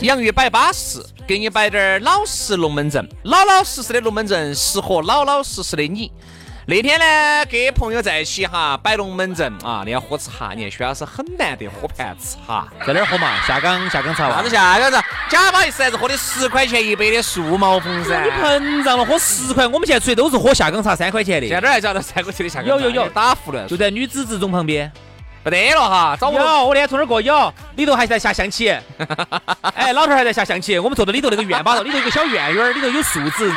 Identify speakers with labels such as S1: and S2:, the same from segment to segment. S1: 洋芋摆巴适，给你摆点儿老实龙门阵，老老实实的龙门阵适合老老实实的你。那天呢，跟朋友在一起哈，摆龙门阵啊，你要喝茶，你看薛老师很难得喝盘茶，
S2: 在哪儿喝嘛？下岗下岗茶
S1: 啥
S2: 哇
S1: 子？下个子，假巴意思还是喝的十块钱一杯的素毛峰噻。
S2: 膨胀了，喝十块，我们现在出去都是喝下哎岗茶，三块钱
S1: 现在
S2: 的，
S1: 哪儿还找到三块钱的下个？
S2: 有有有
S1: 打胡乱
S2: 就在女子职中旁边。
S1: 不得了哈，找
S2: 有，
S1: 我
S2: 我那天从那儿过，有，里头还在下象棋。 哎，老头儿还在下象棋，我们坐到里头那个院坝头，里头有个小院院儿，里头有树枝。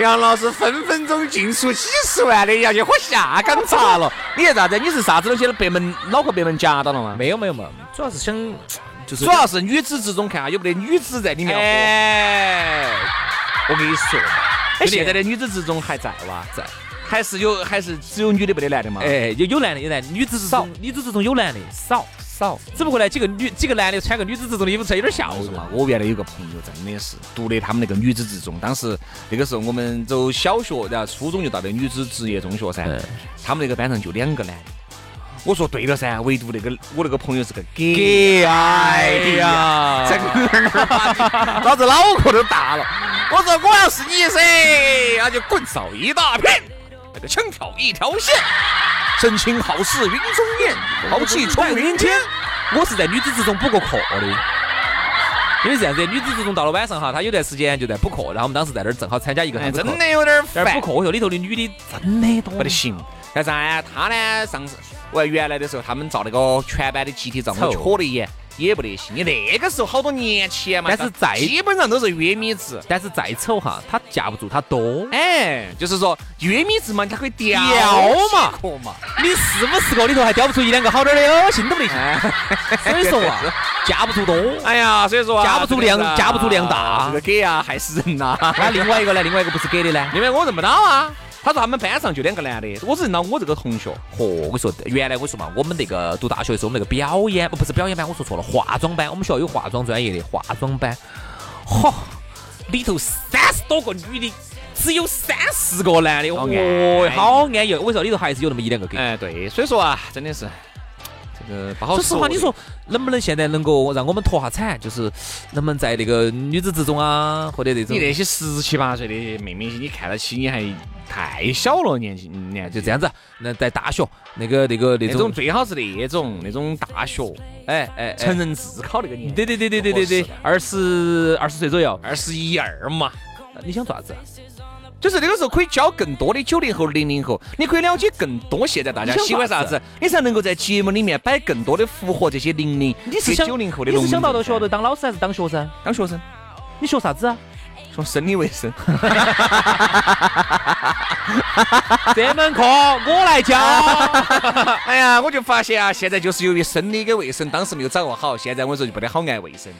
S1: 杨老师分分钟进出几十万的，要去喝下岗茶了。你看啥子？你是啥子东西？北门脑壳北门夹到了吗？
S2: 没有没有嘛，主要是想就是
S1: 主要是女子之中看啊，有没得女子在里面哦。
S2: 哎，
S1: 我跟你说嘛，
S2: 哎
S1: 就现
S2: 现
S1: 在的女子之中还在哇？在，还是有，还是只有女的没得男的嘛？
S2: 哎，有有男的有男的，女子职
S1: 少
S2: 中女子职中有男的少少，只不过呢几个女几个男的穿个女子职中的衣服穿有点像
S1: 我说
S2: 人。
S1: 嘛，我原来有个朋友真的是读的他们那个女子职中，当时那个时候我们走小学，然后初中就到的女子职业中学噻，他们那个班上就两个男的。我说对了噻，唯独那个我那个朋友是个 gay，哎呀，这个老子脑壳都大了。我说我要是你噻，那就滚扫一大片，那个枪挑一条线，真情好似云中雁，豪气冲云天。
S2: 我是在女子职中补过课的，因为是这样子，女子职中到了晚上哈，她有段时间就在补课，然后我们当时在那儿正好参加一个
S1: 哎，
S2: 啥子
S1: 真
S2: 课，
S1: 的有点
S2: 在
S1: 烦
S2: 那儿。补课，我说里头的女的真的多，
S1: 不得行。但是呢，他呢，上次我原来的时候，他们照那个全班的集体照，
S2: 丑
S1: 我瞧了一眼，也不得行。你那个时候好多年前嘛，
S2: 但是在
S1: 基本上都是约米制。
S2: 但是再丑哈，她架不住她多。
S1: 哎，就是说约米制嘛，它可以雕
S2: 嘛
S1: 几个嘛。
S2: 你四五十个里头还挑不出一两个好点儿的，哦，心都不得信。所以说 啊，架不住多。
S1: 哎呀，所以说啊
S2: 架不住
S1: 这个
S2: 量
S1: 是啊
S2: 架不住量大
S1: 这个给啊，害死人呐！
S2: 那另外一个呢？另外一个不是给的呢？
S1: 因为我认不到啊。他说他们班上就两个男的，我只认到我这个同学。
S2: 嚯，我跟你说，原来我说嘛，我们那个读大学的时候，我们那个表演哦不是表演班，我说错了，化妆班，我们学校有化妆专业的化妆班，嚯，里头三十多个女的，只有三四个男的，哦
S1: 好安，逸
S2: 好安逸。我跟你说，里头还是有那么一两个给。
S1: 哎，对，所以说啊，真的是这个不好
S2: 说实话，你说能不能现在能够让我们脱下产，就是能不能在那个女子之中啊，或者那种
S1: 你，那些十七八岁的妹妹，你看得起，你还太小了，年纪年纪
S2: 就这样子，那在大学那个那个那
S1: 那种
S2: 种，
S1: 最好是那种那种大学
S2: 哎哎，哎
S1: 成人自考那个年纪，
S2: 对对对对对对对，二十二十岁左右，
S1: 二十一二嘛，
S2: 你想做啥子？
S1: 就是那个时候可以教更多的九零后、零零后，你可以了解更多现在大家
S2: 你想
S1: 喜欢啥
S2: 啥子
S1: 子，你才能够在节目里面摆更多的符合这些零零、
S2: 你是想
S1: 九零后的
S2: 你
S1: 龙
S2: 是
S1: 门
S2: 想到
S1: 阵
S2: 到学校头当老师还是当学生？
S1: 当学生，
S2: 你学啥子啊？
S1: 从生理卫生。
S2: 这门课我来教。
S1: 哎呀，我就发现啊，现在就是由于生理跟卫生当时没有掌握好，现在我说就不得好爱卫生。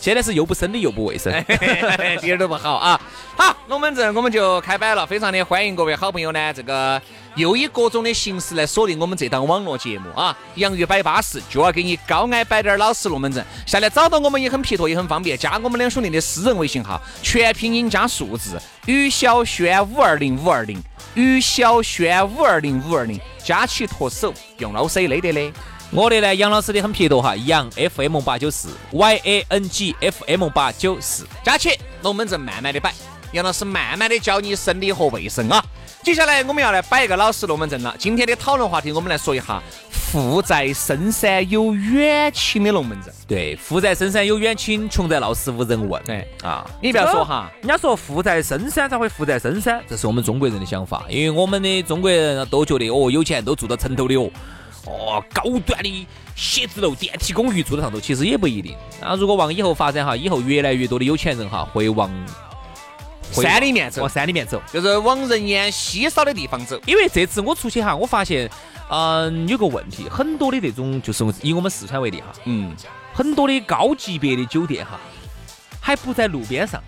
S2: 现在是又不生理又不卫 生。
S1: 哎一点都不好啊！好，龙门阵我们就开摆了，非常的欢迎各位好朋啊友呢，这个又以各种的形式来锁定我们这档网络节目啊，洋芋摆巴士就要给你高矮摆点儿老实龙门阵。下来找到我们也很撇脱，也很方便，加我们两兄弟的私人微信号，全拼音加数字，于小轩五二零五二零，于小轩五二零五二零，加起脱手，用老师累得嘞。
S2: 我的呢，杨老师的很撇脱哈，杨 FM 八九四，Y A N G F M 八九四。
S1: 佳琪，龙门阵慢慢的摆，杨老师慢慢的教你生理和卫生啊。接下来我们要来摆一个老实龙门阵了。今天的讨论话题，我们来说一下富在深山有远亲的龙门阵。
S2: 对，富在深山有远亲，穷在闹市无人问。
S1: 哎
S2: 啊，
S1: 你不要说哈，
S2: 人家说富在深山才会富在深山，这是我们中国人的想法，因为我们的中国人都觉得哦，有钱都住到城头的哦，哦，高端的写字楼、电梯公寓住得上头，其实也不一定。那如果往以后发展哈，以后越来越多的有钱人哈，会往会
S1: 山里面走
S2: 往，山里面走。
S1: 就是往人烟稀少的地方走。
S2: 因为这次我出去哈，我发现，嗯、有个问题，很多的这种就是以我们四川为例哈，
S1: 嗯，
S2: 很多的高级别的酒店哈，还不在路边上，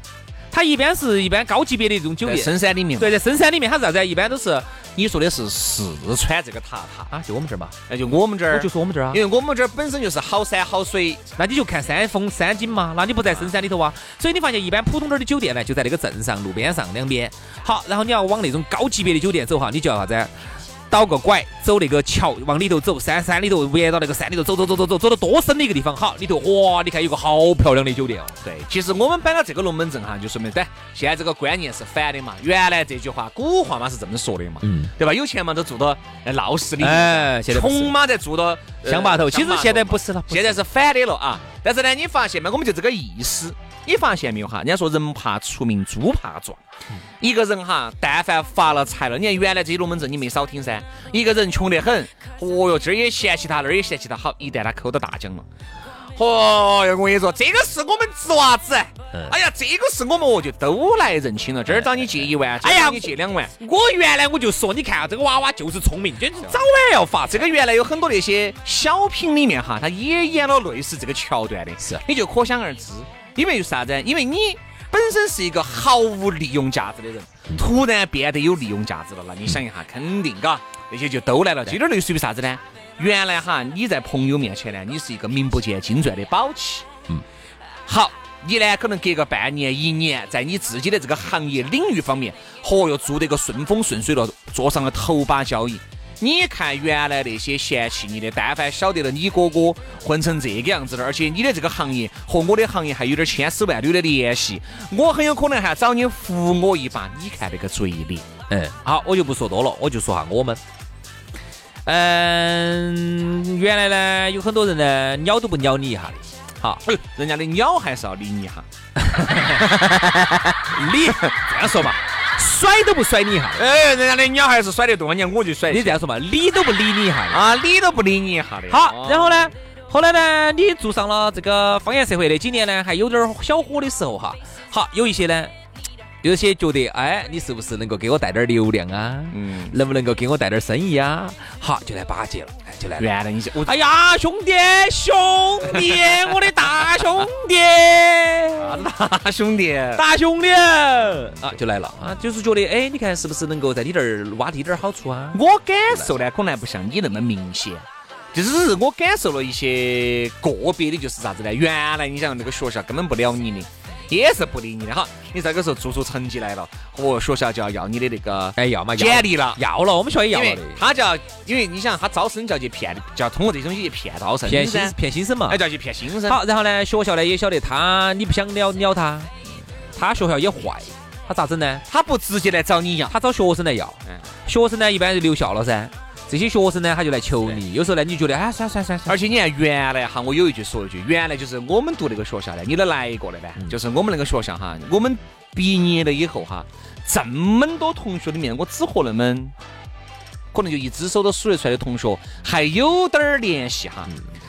S2: 它一般是一般高级别的这种酒
S1: 在
S2: 店，
S1: 深山里面。，
S2: 对，在深山里面，它是啥子啊？一般都是
S1: 你说的是四川这个塔塔，
S2: 啊，就我们这儿嘛，
S1: 那就我们这
S2: 我
S1: 儿
S2: 就，说我们这儿啊
S1: 因，为我们这儿本身就是好山好水，
S2: 那你就看山风山景嘛，那你不在深山里头啊？所以你发现一般普通点儿的酒店呢，就在那个镇上路边上两边。好，然后你要往那种高级别的酒店走哈，你就要啥子啊？倒个拐，走那个桥，往里头走，山山里头围到那个山里头走走走走走，走到多深的一个地方，好，里头哇，你看有个好漂亮的酒店哦。
S1: 对，其实我们摆了这个龙门阵哈，就说明对，现在这个观念是反的嘛。原来这句话古话嘛是这么说的嘛，
S2: 嗯
S1: 对吧？有钱嘛都住到呃闹市里，
S2: 哎现在不是
S1: 穷嘛在住到呃
S2: 乡坝头其实
S1: 乡
S2: 现在不是了
S1: 嘛
S2: 不是
S1: 现在是反的了啊。但是呢，你发现没？我们就这个意思。你发现没有哈？人家说人怕出名，猪怕壮。一个人哈，但凡发了财了，你看原来这些龙门阵你没少听噻。一个人穷得很，哦哟，这儿也嫌弃他，那儿也嫌弃他，好，一旦他抠到大奖了。哦哟，我跟你说，这个是我们侄娃子。哎呀，这个是我们哦，就都来认亲了。这儿找你借一万，这儿找你借两万。
S2: 我原来我就说，你看啊，这个娃娃就是聪明，就是早晚要发财。
S1: 这个原来有很多那些小品里面哈，他也演了类似这个桥段的，
S2: 是
S1: 你就可想而知。因为啥子？因为你本身是一个毫无利用价值的人，突然变得有利用价值了，那你想一下，肯定嘎，那些就都来了。这有点类似于啥子呢？原来哈，你在朋友面前呢，你是一个名不见经传的宝器。好，你呢可能隔个半年一年，在你自己的这个行业领域方面，嚯哟，做得个顺风顺水了，做上了头把交椅。你看原来那些嫌弃你的，但凡晓得了你哥哥混成这个样子了，而且你的这个行业和我的行业还有点千丝万缕的联系，我很有可能还找你扶我一把。你看那个嘴脸，
S2: 嗯，好，我就不说多了，我就说下我们。嗯，原来呢，有很多人呢，鸟都不鸟你一下的。好，
S1: 哎呦 人家的鸟还是要理你哈。
S2: 你这样说嘛，甩都不甩你一下的。
S1: 哎，人家的鸟还是甩得动，你看我就甩
S2: 你这样说嘛，理都不理你一下的。
S1: 啊，理都不理你一下的。
S2: 好，然后呢，后来呢，你做上了这个方言社会那几年呢，还有点儿小火的时候哈。好，有一些呢，有些觉得，哎，你是不是能够给我带点儿流量啊？
S1: 嗯
S2: 能不能够给我带点儿生意啊？好，就来巴结了，哎，就来了。
S1: 原来你是我
S2: 哎呀，兄弟，兄弟，我的大兄弟，
S1: 大兄弟。
S2: 大兄弟啊，就来了啊，就是觉得，哎，你看是不是能够在你这儿挖地点儿好处啊？
S1: 我感受呢，可能还不像你那么明显，就只是我感受了一些个别的，就是啥子呢？原来你想那个学校根本不了你的，也是不理你的哈。你这个时候做出成绩来了，哦，学校就要要你的那个
S2: 哎，要嘛要
S1: 简历了。
S2: 要了，我们学校也
S1: 因
S2: 要了
S1: 为
S2: 的，
S1: 他就要，因为你想他招生就要去骗，就要通过这东西去骗招生
S2: 骗新
S1: 噻，
S2: 骗新生嘛
S1: 哎，。就要去骗新生。
S2: 好，然后呢，学校呢也晓得他，你不想鸟鸟他，他学校也坏，他咋整呢？
S1: 他不直接来找你要，
S2: 他找学生来要
S1: 嗯，
S2: 学生呢一般就留校了噻。这些学生呢，他就来求你，有时候呢，你觉得哎，算算算算，
S1: 而且你看原来哈，我有一句说一句，原来就是我们读那个学校呢，你都来过的呢，就是我们那个学校哈，我们毕业了以后哈，这么多同学里面，我只和那么可能就一只手都数得出来的同学还有点儿联系哈。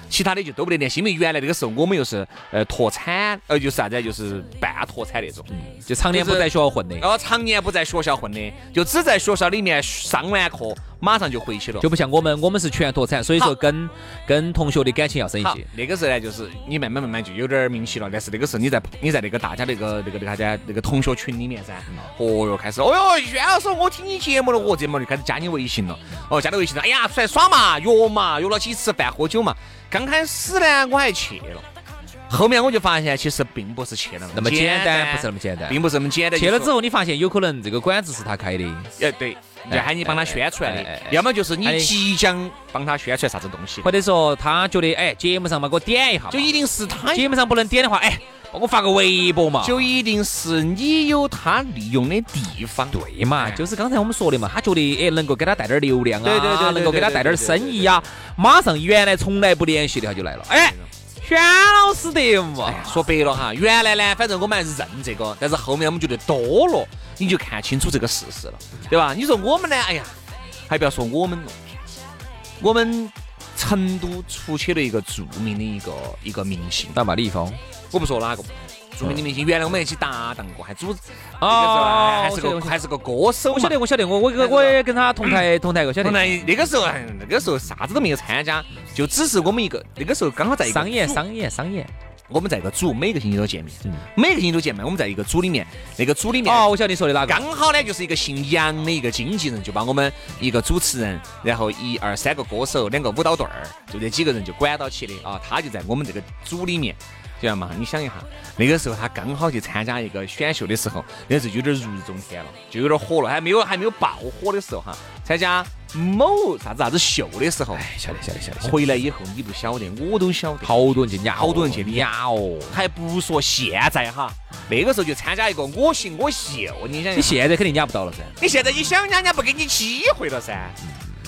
S1: 其他的就都没得联系，因为原来那个时候我们又是呃脱产，呃就是啥子啊，就是半脱产那种，
S2: 就常年不在学校混的，
S1: 然后常年不在学校混的，就只在学校里面上完课马上就回去了。
S2: 就不像我们，我们是全脱产，所以
S1: 好
S2: 说跟跟同学的感情要深一
S1: 好
S2: 些。，
S1: 那个时候呢，就是你慢慢慢慢就有点儿名气了，但是那个时候你在你在那个大家那个那个大家那个同学群里面噻，哦哟开始，哦哟，轩老师，我听你节目了，我这么就开始加你微信了，哦加你微信了，哎呀出来耍嘛，约嘛，约了起吃饭喝酒嘛，刚开始呢我还去了，后面我就发现其实并不是去了
S2: 那么简单，不是那么简单。
S1: 并不是那么简单，
S2: 去了之
S1: 后，
S2: 后，你发现有可能这个馆子是他开的，
S1: 哎对，就喊你帮他宣传
S2: 哎哎哎
S1: 的
S2: 哎，
S1: 要么就是你
S2: 哎
S1: 即将帮他宣传啥子东西
S2: 或，者说他觉得哎节目上嘛给我点一下嘛，
S1: 就一定是他
S2: 节目上不能点的话，哎帮我发个微博嘛。
S1: 就一定是你有他利用的地方。
S2: 对嘛，就是刚才我们说的嘛，他觉得哎能够给他带点流量啊，
S1: 对对对对对
S2: 能够给他带点生意呀、马上原来从来不联系的他就来了，哎，轩老师的嘛
S1: 哎，呀，说白了哈，原来呢，反正我们还是认这个，但是后面我们觉得多了，你就看清楚这个事实了，对吧？你说我们呢？哎呀，还不要说我们了，我们成都出去了一个著名的一个一个明星，
S2: 那嘛李易峰，
S1: 我不说哪个，著名的明星，原来我们一起搭档过，还主
S2: 嗯哦
S1: 那个时
S2: 我
S1: 候还是个
S2: 晓得
S1: 还是个歌手
S2: 我晓
S1: 嘛。
S2: 得我晓得我我我也跟他同 台同台过，晓
S1: 本
S2: 得。
S1: 来那个时候，哎那个时候啥子都没有参加，就只是我们一个那个时候刚好在一个
S2: 商演
S1: 组
S2: 商演商演，
S1: 我们在一个组，每个星期都见面，每个星期都见面。我们在一个组里面，那个组里面
S2: 哦，我晓得你说的哪个，
S1: 刚好呢，就是一个姓杨的一个经纪人，就把我们一个主持人，然后一二三个歌手，两个舞蹈队儿，就这几个人就管到起的啊。他就在我们这个组里面，晓得嘛？你想一下，那个时候他刚好去参加一个选秀的时候，那时候有点如日中天了，就有点火了，还没有还没有爆火的时候哈。参加某啥子啥子秀的时候，
S2: 哎晓得晓得晓得，
S1: 回来以后你不晓得，我都晓得。
S2: 好多人去呀，
S1: 好多人去
S2: 呀哦。
S1: 还不说现在哈，那个时候就参加一个我行我秀，你想
S2: 你
S1: 一下，
S2: 现在肯定压不到了噻，
S1: 你现在你想人家不给你机会了噻。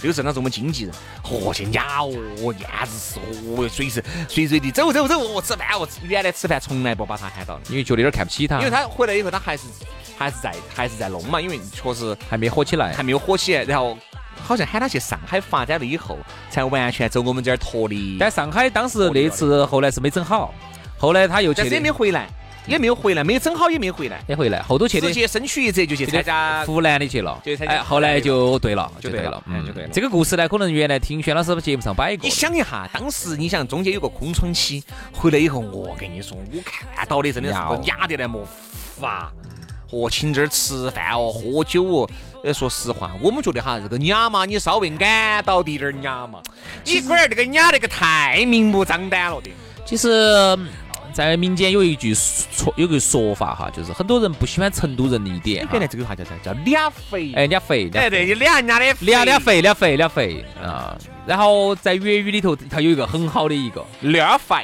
S1: 这个时候他是我们经纪人，嚯去呀哦，简直是哦，随时随随地走走走，我吃饭我吃原来吃饭从来不把他喊到的，
S2: 因为觉得有点看不起他，
S1: 因为他回来以后他还是还是在还是在弄嘛，因为确实
S2: 还没火起来
S1: 还。没有火起来，然后好像喊他去上海发展了以后，才完全走我们这儿脱离，
S2: 但上海当时那次后来是没整好，后来他又
S1: 但
S2: 去
S1: 是也没
S2: 的，
S1: 回来，也没有回来，没有整好也没回来。
S2: 也回来，后头去的
S1: 直接身躯一折就去
S2: 去
S1: 参加
S2: 的哎湖南的去了
S1: 就参，加
S2: 哎，后来就对了，
S1: 就
S2: 对
S1: 对了哎
S2: 嗯，
S1: 就对了
S2: 这个故事呢，可能原来听轩老师节目上摆过
S1: 你，想一下，当时你想中间有个空窗期，回来以后，我跟你说，我看到的真的是
S2: 要
S1: 个雅得来没法。和啊哦请这儿吃饭哦，喝酒哦。呃，说实话，我们觉得哈，这个雅嘛，你稍微按到滴点儿雅嘛，你龟儿这个雅那个太明目张胆了的。
S2: 其实。嗯在民间有一句说，有个说法哈，就是很多人不喜欢成都人的一点哈，
S1: 这个话叫啥？叫俩肥。
S2: 哎，，人家肥，人家
S1: 哎，对，你俩人家的
S2: 俩俩，肥，俩肥，俩肥啊。然后在粤语里头，它有一个很好的一个，
S1: 俩肥。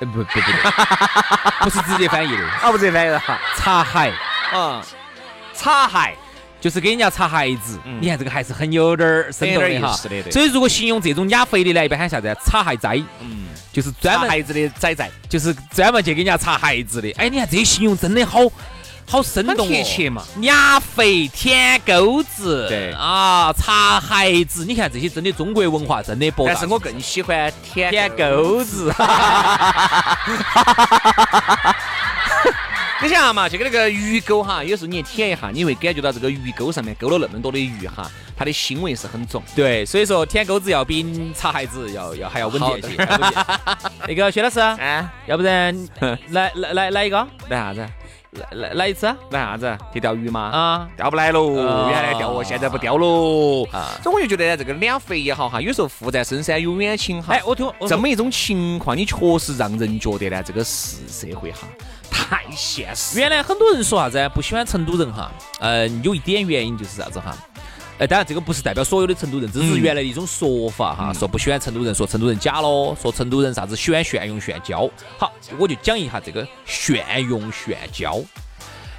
S2: 呃不不不对，不是直接翻译的，
S1: 啊，不这翻译了哈。
S2: 擦鞋，
S1: 啊，擦鞋。
S2: 就是给人家擦鞋子。
S1: 嗯
S2: 你看这个还是很有点儿生动
S1: 很
S2: 的
S1: 有点
S2: 哈
S1: 意思的。对
S2: 所以如果形容这种雅肥的呢，一般喊啥子啊？擦鞋仔，
S1: 嗯。
S2: 就是专
S1: 抓
S2: 门
S1: 孩子的仔仔，
S2: 就是专门去给人家擦鞋子的。哎，你看这些形容真的好好生动
S1: 很贴
S2: 哦。
S1: 切嘛。
S2: 雅肥、舔钩子，
S1: 对
S2: 啊，擦鞋子，你看这些真的中国文化真的博大
S1: 但
S2: 精
S1: 是
S2: 深。
S1: 我更喜欢舔
S2: 舔钩子，
S1: 你想嘛，就跟那个鱼钩哈，有时候你舔一下，你会感觉到这个鱼钩上面勾了那么多的鱼哈，它的腥味是很重。
S2: 对，所以说舔钩子要比擦鞋子要要还要稳健一些。要稳健 那个薛老师，
S1: 啊，
S2: 要不然来来来来一个，
S1: 来啥子？
S2: 来来来一次啊
S1: 来啥子？去钓鱼吗？哦
S2: 啊！
S1: 钓不来喽
S2: 啊，
S1: 原来钓我，现在不钓喽。
S2: 啊
S1: 所以我就觉得这个两肥也好哈，有时候富在深山有远亲哈。
S2: 哎，我听我
S1: 这么一种情况，你确实让人觉得呢，这个是社会哈太现实。
S2: 原来很多人说啥子啊不喜欢成都人哈，嗯，有一点原因就是啥子哈。哎，当然，这个不是代表所有的成都人，只是原来的一种说法哈，说不喜欢成都人，说成都人假咯，说成都人啥子喜欢炫用炫交。好，我就讲一下这个炫用炫交，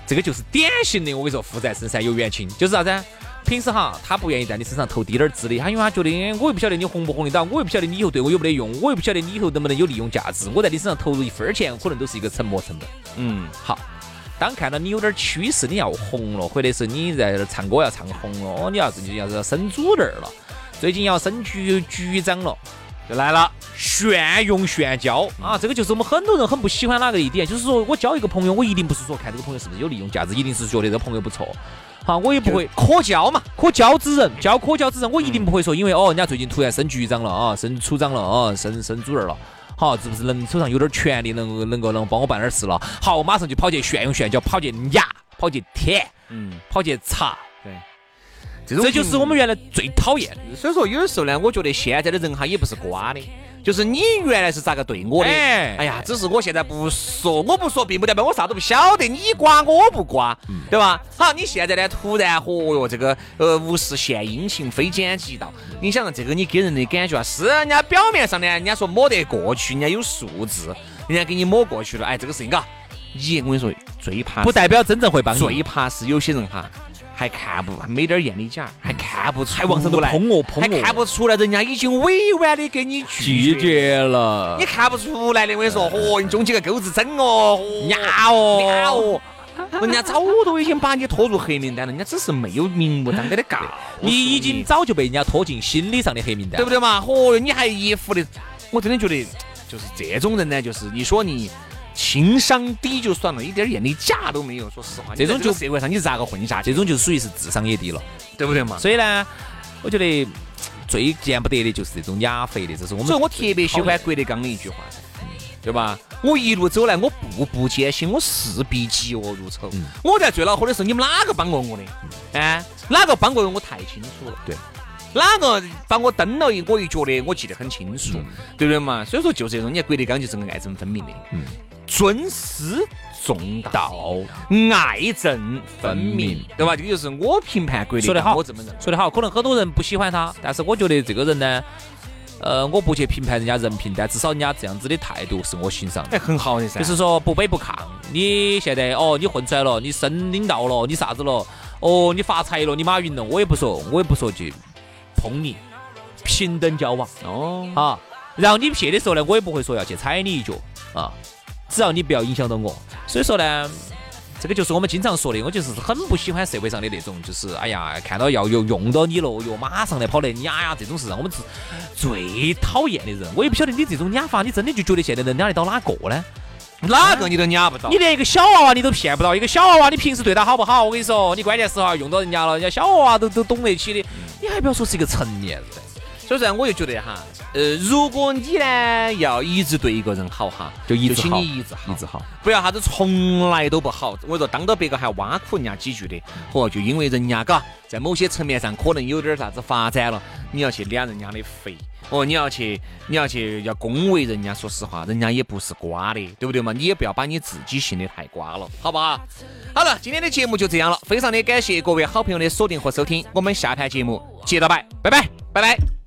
S2: 这个就是典型的，我跟你说，富在深山有远亲，就是啥子啊？平时哈，他不愿意在你身上投滴点儿资的，他因为他觉得哎我又不晓得你红不红得到，我又不晓得你以后对我有没得用，我又不晓得你以后能不能有利用价值，我在你身上投入一分儿钱，可能都是一个沉没成本。
S1: 嗯，
S2: 好，当看到你有点趋势，你要红了，或者是你在这儿唱歌要唱红了，哦，你要自己要是要升主任了，最近要升局局长了。就来了，炫用炫交啊！这个就是我们很多人很不喜欢哪个一点，就是说我交一个朋友，我一定不是说看这个朋友是不是有利用价值，一定是觉得这个朋友不错，好，我也不会
S1: 可交嘛。
S2: 可交之人，交可交之人，我一
S1: 嗯
S2: 定不会说，因为哦，人家最近突然升局长了啊，升处长了啊，升升主任了。好，是不是能手上有点权力，能够能够能帮我办点事了？好，马上就跑去炫用炫交，跑去压，跑去舔，
S1: 嗯，
S2: 跑去擦，
S1: 这种
S2: 这就是我们原来最讨厌的。
S1: 所以说，有的时候呢，我觉得现在的人哈也不是瓜的，就是你原来是咋个对我的，
S2: 哎
S1: 哎呀，只是我现在不说，我不说，并不代表我啥都不晓得，你瓜我不瓜，
S2: 嗯
S1: 对吧？好，你现在呢，突然，嚯哟，这个呃无事献殷勤，非奸即盗，你想这个你给人的感觉啊，是人家表面上呢，人家说抹得过去，人家有素质，人家给你抹过去了，哎，这个事情嘎。你我跟你说，最怕
S2: 不代表真正会帮
S1: 最
S2: 你。
S1: 怕是有些人哈，还看不没点眼力劲儿，还看不出还
S2: 往上头
S1: 来，
S2: 捧我捧我
S1: 还看不出来，人家已经委婉的给你拒
S2: 拒绝了
S1: 你，看不出来的，我跟你说，嚯，你中几个钩子整哦，呀哦，呀哦，人家早都已经把你拖入黑名单了，人家只是没有明目张胆的告诉
S2: 你已经早就被人家拖进心理上的黑名单
S1: 对。不对嘛？嚯，你还一副的，我真的觉得就是这种人呢，就是你说你情商低就算了，一点眼力架都没有，说实话，
S2: 这种
S1: 你在
S2: 就
S1: 社会上你是咋个混下去，
S2: 这种就属于是智商也低了。
S1: 对不对嘛？
S2: 所以呢，我觉得最见不得的就是这种亚肥的，这是我们。
S1: 所以我特别喜欢郭德纲的一句话噻，对吧？我一路走来，我步步艰辛，我势必嫉恶如仇。
S2: 嗯
S1: 我在最恼火的时候，你们哪个帮过我的？哎，哪个帮过我，我太清楚了。
S2: 对。
S1: 哪个把我蹬了一我一脚的，我记得很清楚，
S2: 嗯
S1: 对不对嘛？所以说就这种，你看郭德纲就是个爱憎分明的，
S2: 嗯
S1: 尊师重道，爱憎分
S2: 分
S1: 明
S2: 明，
S1: 对吧？这个就是我评判郭德
S2: 说得
S1: 纲，
S2: 好
S1: 我这么认为。
S2: 说得好，可能很多人不喜欢他，但是我觉得这个人呢，呃，我不去评判人家人品，但至少人家这样子的态度是我欣赏的。
S1: 哎，很好的噻，
S2: 就是说不卑不亢。你现在哦，你混出来了，你升领导了，你啥子了？哦，你发财了，你马云了，我也不说，我也不说去碰你，平等交往
S1: 哦，
S2: 啊。然后你撇的时候呢，我也不会说要去踩你一脚啊，只要你不要影响到我。所以说呢。这个就是我们经常说的，我就是很不喜欢社会上的那种，就是哎呀，看到要用用到你了，哟，马上来跑来撵呀，这种是让我们最最讨厌的人。我也不晓得你这种撵法，你真的就觉得现在能撵得到哪个呢？
S1: 哪个你都撵不到
S2: 你。连一个小娃娃你都骗不到，一个小娃娃你平时对他好不好？我跟你说，你关键时候用到人家了，人家小娃娃都都懂得起的，你还不要说是一个成年人。
S1: 所以说，我就觉得哈，呃，如果你呢要一直对一个人好哈，
S2: 就一直
S1: 请
S2: 好
S1: 你一直好，
S2: 一直好，
S1: 不要啥子从来都不好。我说，当着别个还挖苦人家几句的，
S2: 嗯
S1: 嚯，就因为人家嘎在某些层面上可能有点啥子发展了，你要去撵人家的肥。哦，你要去，你要去，要恭维人家。说实话，人家也不是瓜的，对不对嘛？你也不要把你自己信的太瓜了，好不好？好了，今天的节目就这样了，非常的感谢各位好朋友的锁定和收听，我们下盘节目接着拜，拜拜，拜拜。